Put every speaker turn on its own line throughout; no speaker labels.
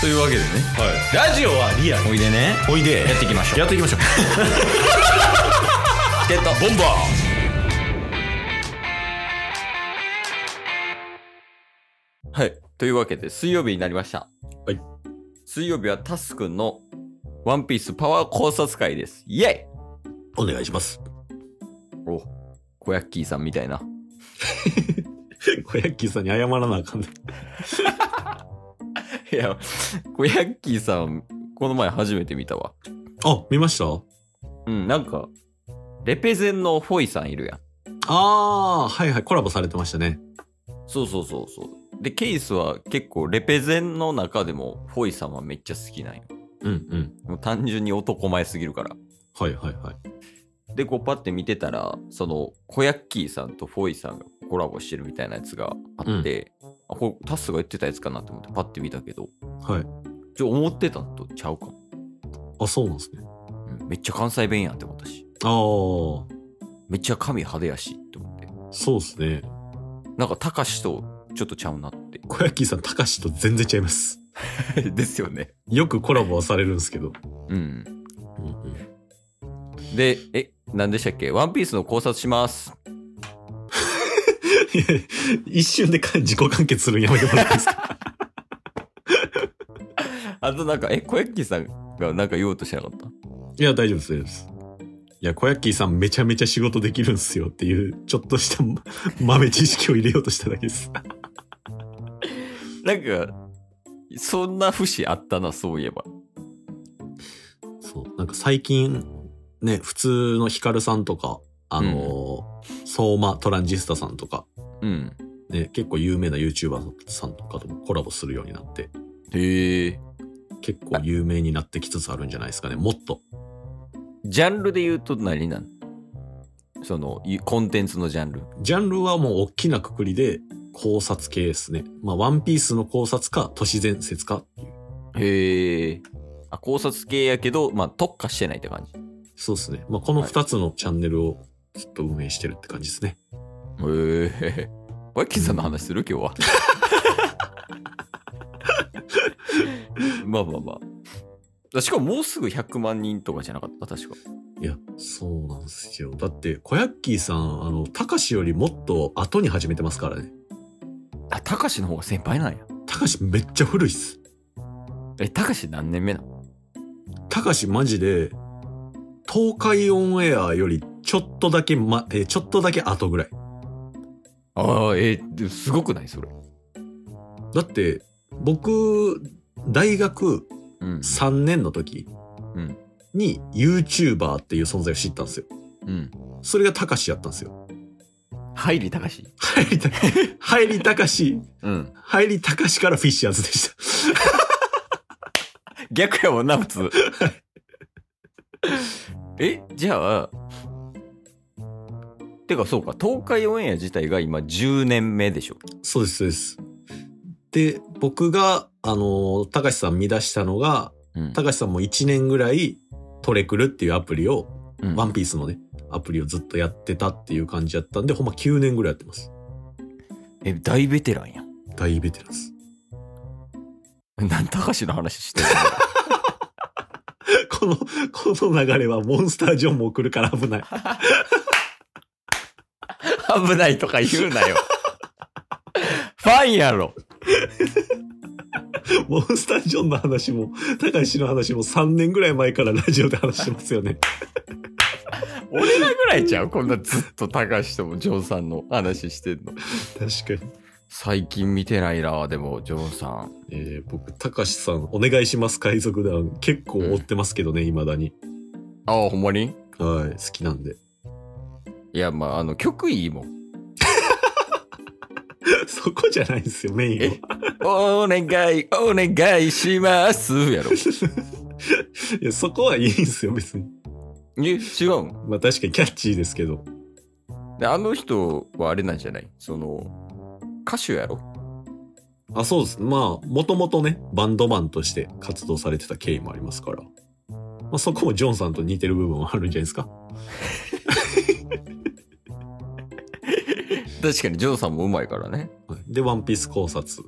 というわけでね
ラジオはリアル
おいでね
おいで
やっていきましょう
やっていきましょう
チケットボンバーはいというわけで水曜日になりました
はい
水曜日はタスくんのワンピースパワー考察会ですイェイ
お願いし ます
お小ヤッキーさんみたいな
小ヤッキーさんに謝らなあかんね
いや小ヤッキーさんこの前初めて見たわ
あ見ました
うんなんかレペゼンのフォイさんいるやん
ああーはいはいコラボされてましたね
そうそうそうそうでケイスは結構レペゼンの中でもフォイさんはめっちゃ好きなんよ
うんうん
もう単純に男前すぎるから
はいはいはい
でこうパッて見てたらそのコヤッキーさんとフォイさんがコラボしてるみたいなやつがあって、あこれタスが言ってたやつかなと思ってパッて見たけど
はい
ちょ思ってたのとちゃうかも、
あそうなんですね
うんめっちゃ関西弁やんって思ったし
ああ
めっちゃ髪派手やしって思って
そうですね
なんかたかしとちょっとちゃうなって
小ヤッキーさんたかしと全然違います
ですよね
よくコラボはされるんですけど、
うん
うんうん、
でえ何でしたっけワンピースの考察します
いや一瞬で自己完結するんやめてもらっていいですか
あとなんか、え、小ヤッキーさんがなんか言おうとしてなかった
いや大丈夫です大丈夫ですいや小ヤッキーさんめちゃめちゃ仕事できるんすよっていうちょっとした豆知識を入れようとしただけです
なんか、そんな節あったな、そういえば。
そう。なんか最近、ね、普通のヒカルさんとか、あのー相馬トランジスタさんとか、
うん。
ね、結構有名な YouTuber さんとかともコラボするようになって、
へえ。
結構有名になってきつつあるんじゃないですかね、もっと。
ジャンルで言うと何なんその、いコンテンツのジャンル。
ジャンルはもう大きなくくりで考察系ですね。まあ、ワンピースの考察か、都市伝説かっていう。
へえ。あ、考察系やけど、まあ、特化してないって感じ。へ
そうですね。まあ、この二つのチャンネルをずっと運営してるって感じですね。
え。小ヤッキーさんの話する今日は。まあまあまあ。 しかももうすぐ100万人とかじゃなかった確か。
いや、そうなんですよ。だって、小ヤッキーさん、あの、たかしよりもっと後に始めてますからね。
あ、たかしの方が先輩なんや。
たかしめっちゃ古いっす。
え、たかし何年目なの
たかしマジで、東海オンエアよりちょっとだけ、ま、えーちょっとだけ後ぐらい。
ああ、えーすごくないそれ。
だって、僕、大学
うん
3年の時
うん。
に YouTuber っていう存在を知ったんですよ。
うん。
それがたかしやったんですよ。
入りたかし。
入りた、入りたかし、
うん。
入りたかしからフィッシャーズでした。
逆やもんな、普 通。え、じゃあ、てかそうか、東海オンエア自体が今10年目でしょ。
そうです、そうです。で、僕が、あの、たかしさん見出したのが、
うん
たかしさんも1年ぐらいトレクルっていうアプリを
うん
ワンピースのね、アプリをずっとやってたっていう感じやったんで、ほんま9年ぐらいやってます。
え、大ベテランやん。
大ベテランです。
なんたかしの話してる
この、 この流れはモンスタージョンも来るから 危な い。
危ないとか言うなよ。 ファンやろ。
モンスタージョンの話も、高橋の話も3年ぐらい前からラジオで話してますよね。
俺らぐらいちゃうこんなずっと高しともジョンさんの話してんの。
確かに。
最近見てないなでもジョンさん
えー、僕、高橋さん、お願いします、海賊団。結構追ってますけどね、未だに。
ああほんまに
はい、好きなんで。
いやまああの曲いいもん
そこじゃないんですよ、メインは。
お願いお願いしますやろ
いや、そこはいいんですよ、別に。
え違うん
まあ確かにキャッチーですけど。
であの人はあれなんじゃないその歌手やろ
あ、そうです。まあ、もともとね、バンドマンとして活動されてた経緯もありますから。まあ、そこもジョンさんと似てる部分はあるんじゃないですか。
確かにジョンさんもうまいからね
はいで、ワンピース考察。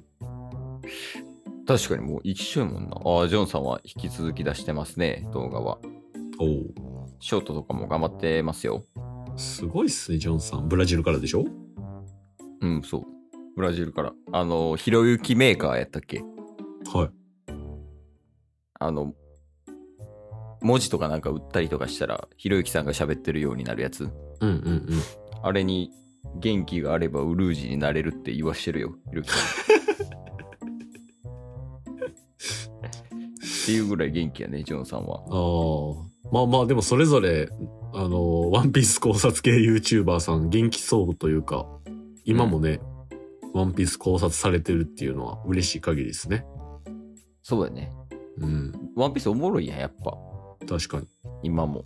確かにもう一緒やもんな。ああ、ジョンさんは引き続き出してますね、動画は。
おお
ショートとかも頑張ってますよ。
すごいっすね、ジョンさん。ブラジルからでしょ
うん、そう。ブラジルから。あの、ひろゆきメーカーやったっけ
はい。
あの、文字とかなんか売ったりとかしたら、ひろゆきさんが喋ってるようになるやつ。
うんうんうん。
あれに、元気があればウルージになれるって言わしてるよ、ひろゆきさん。っていうぐらい元気やね、ジョンさんは。
ああ。まあまあ、でもそれぞれ、あの、ワンピース考察系 YouTuber さん元気そうというか、今もね、ワンピース考察されてるっていうのは嬉しい限りですね。
そうだね。
うん、
ワンピースおもろいやん、やっぱ。
確かに。
今も。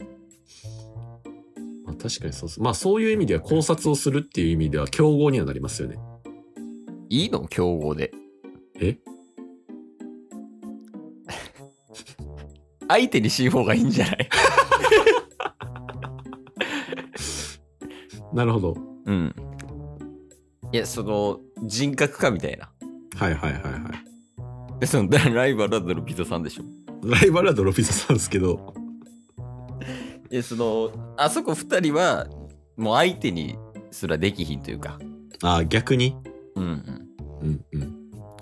まあ確かにそうです。まあそういう意味では考察をするっていう意味では競合にはなりますよね。
いいの競合で。
え
相手にしん方がいいんじゃない
なるほど。
うん。いや、その、人格かみたいな。
はいはいはいはい。
で、その、だライバルはドロピザさんでしょ。
ライバルはドロフィザさんですけど、
いや、その、あそこ二人は、もう相手にすらできひんというか。
ああ、逆に。
うんうん。
うんうん。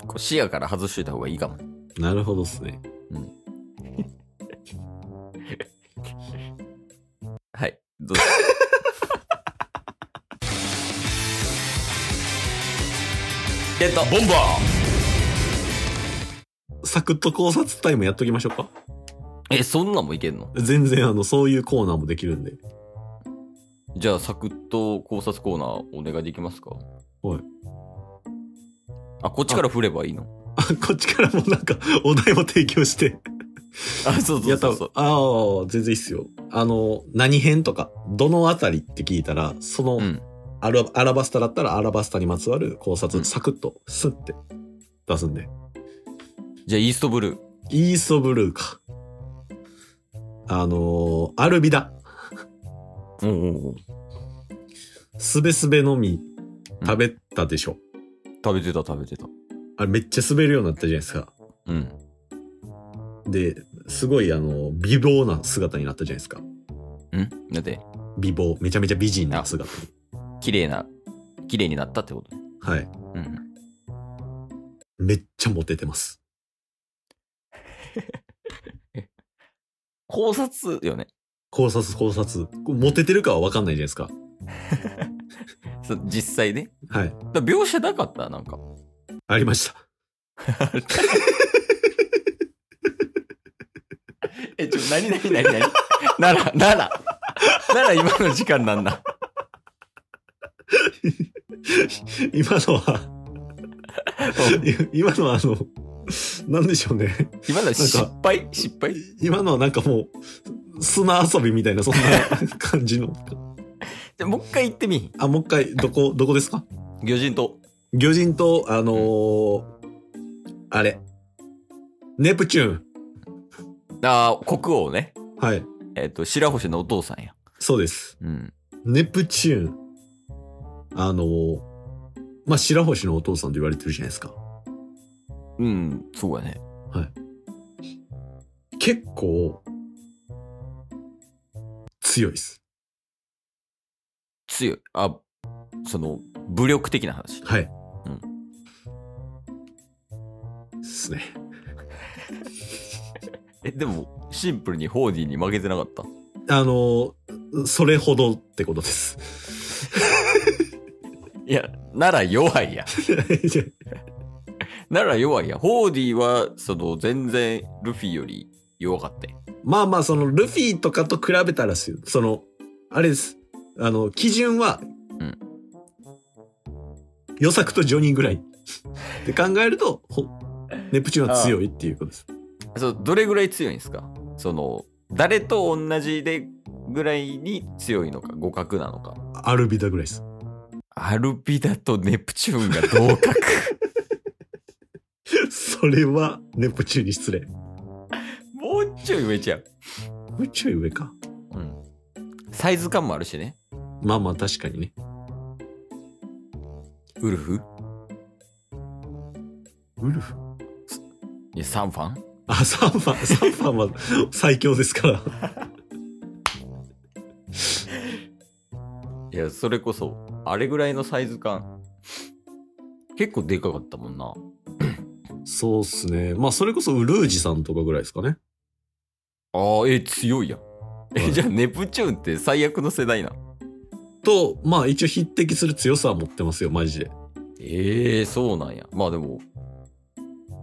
こう視野から外しといた方がいいかも。
なるほどっすね。
うん。はい、どうぞ。 えっと、ボンバ
サクッと考察タイムやっときましょうか。
ーえ、そんなんもいけんの
全然あの、そういうコーナーもできるんで。
じゃあ、サクッと考察コーナーお願いできますか
はい。
あ、こっちから振ればいいの
あこっちからもなんか、お題も提供して。
あ、 そうそ
や
う
った
そうそう。
ああ、全然いいっすよ。あの、何編とか、どのあたりって聞いたら、その、
うん。
アラアラバスタだったらアラバスタにまつわる考察、
うん
サクッと、スッて出すんで。
じゃあ、イーストブルー。
イーストブルーか。あのーアルビダ。
おおお
すべすべのみ、
うん
食べたでしょ。
食べてた、食べてた。
あれめっちゃ滑るようになったじゃないですか。
うん。
で、すごいあの、美貌な姿になったじゃないですか。
うんだって、
美貌。めちゃめちゃ美人な姿に。
綺麗な、綺麗になったってことね。
はい。
うん。
めっちゃモテてます。
考察よね。
考察考察。こうモテてるかは分かんないじゃないですか。
そ実際ね。
はい。
だから描写なかったなんか。
ありました。
え、ちょ、なになになになに なら、なら。なら今の時間なんだ。
今のは 今のはあの、なんでしょうね。
今の失敗失敗
今のはなんかもう、砂遊びみたいな、そんな感じの。
じゃ、もう一回言ってみ。
あ、もう一回、どこ、どこですか
魚人と。
魚人と、あのーあれ。ネプチューン。
ああ、国王ね。
はい。
えっ、と、白星のお父さんや。
そうです。
うん。
ネプチューン。あのーまあ、白星のお父さんと言われてるじゃないですか。
うん、そうやね。
結構、強いです。
強い。あ、その、武力的な話。
はい。
うん
ですね。
え、でも、シンプルにホーディーに負けてなかった。
あのーそれほどってことです。
いや、なら弱いや。なら弱いや。ホーディーは、その、全然、ルフィより弱かったよ
まあまあ、その、ルフィとかと比べたらですよ。その、あれです。あの、基準は、
うん
予作とジョニーぐらい。って考えると、ほネプチューンは強いっていうことです。
そうどれぐらい強いんですかその誰と同じでぐらいに強いのか互角なのか
アルビダぐらいです。
アルビダとネプチューンが同 格
それは、ネプチューンに失礼。
もうちょい上ちゃう、
もうちょい上か。
うん、サイズ感もあるしね
まあまあ、確かにね。
ウルフ
ウルフ
や、サンファン
あ、3番、3番は最強ですから。
いや、それこそ、あれぐらいのサイズ感。結構でかかったもんな。
そうっすね。まあ、それこそウルージさんとかぐらいですかね。
ああ、え、強いやん。
は
え、
い
じゃあ、ネプチューンって最悪の世代な。
と、まあ、一応匹敵する強さは持ってますよ、マジで。
ええそうなんや。まあでも、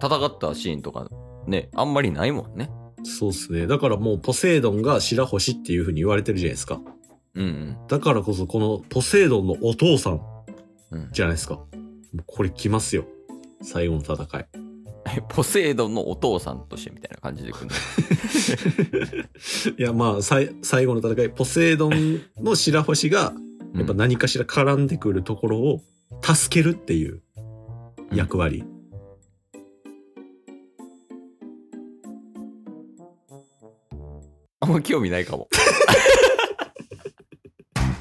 戦ったシーンとか、ね、あんまりないもんね。
そうっすね。だからもうポセイドンが白星っていう風に言われてるじゃないですか。
うん
だからこそこのポセイドンのお父さん
うん。 うん、
じゃないですか。もうこれ来ますよ。最後の戦い。
えポセイドンのお父さんとしてみたいな感じで来るの
いや、まあ、最、最後の戦い、ポセイドンの白星が、やっぱ
うん
何かしら絡んでくるところを助けるっていう役割。
あんま興味ないかも。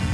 す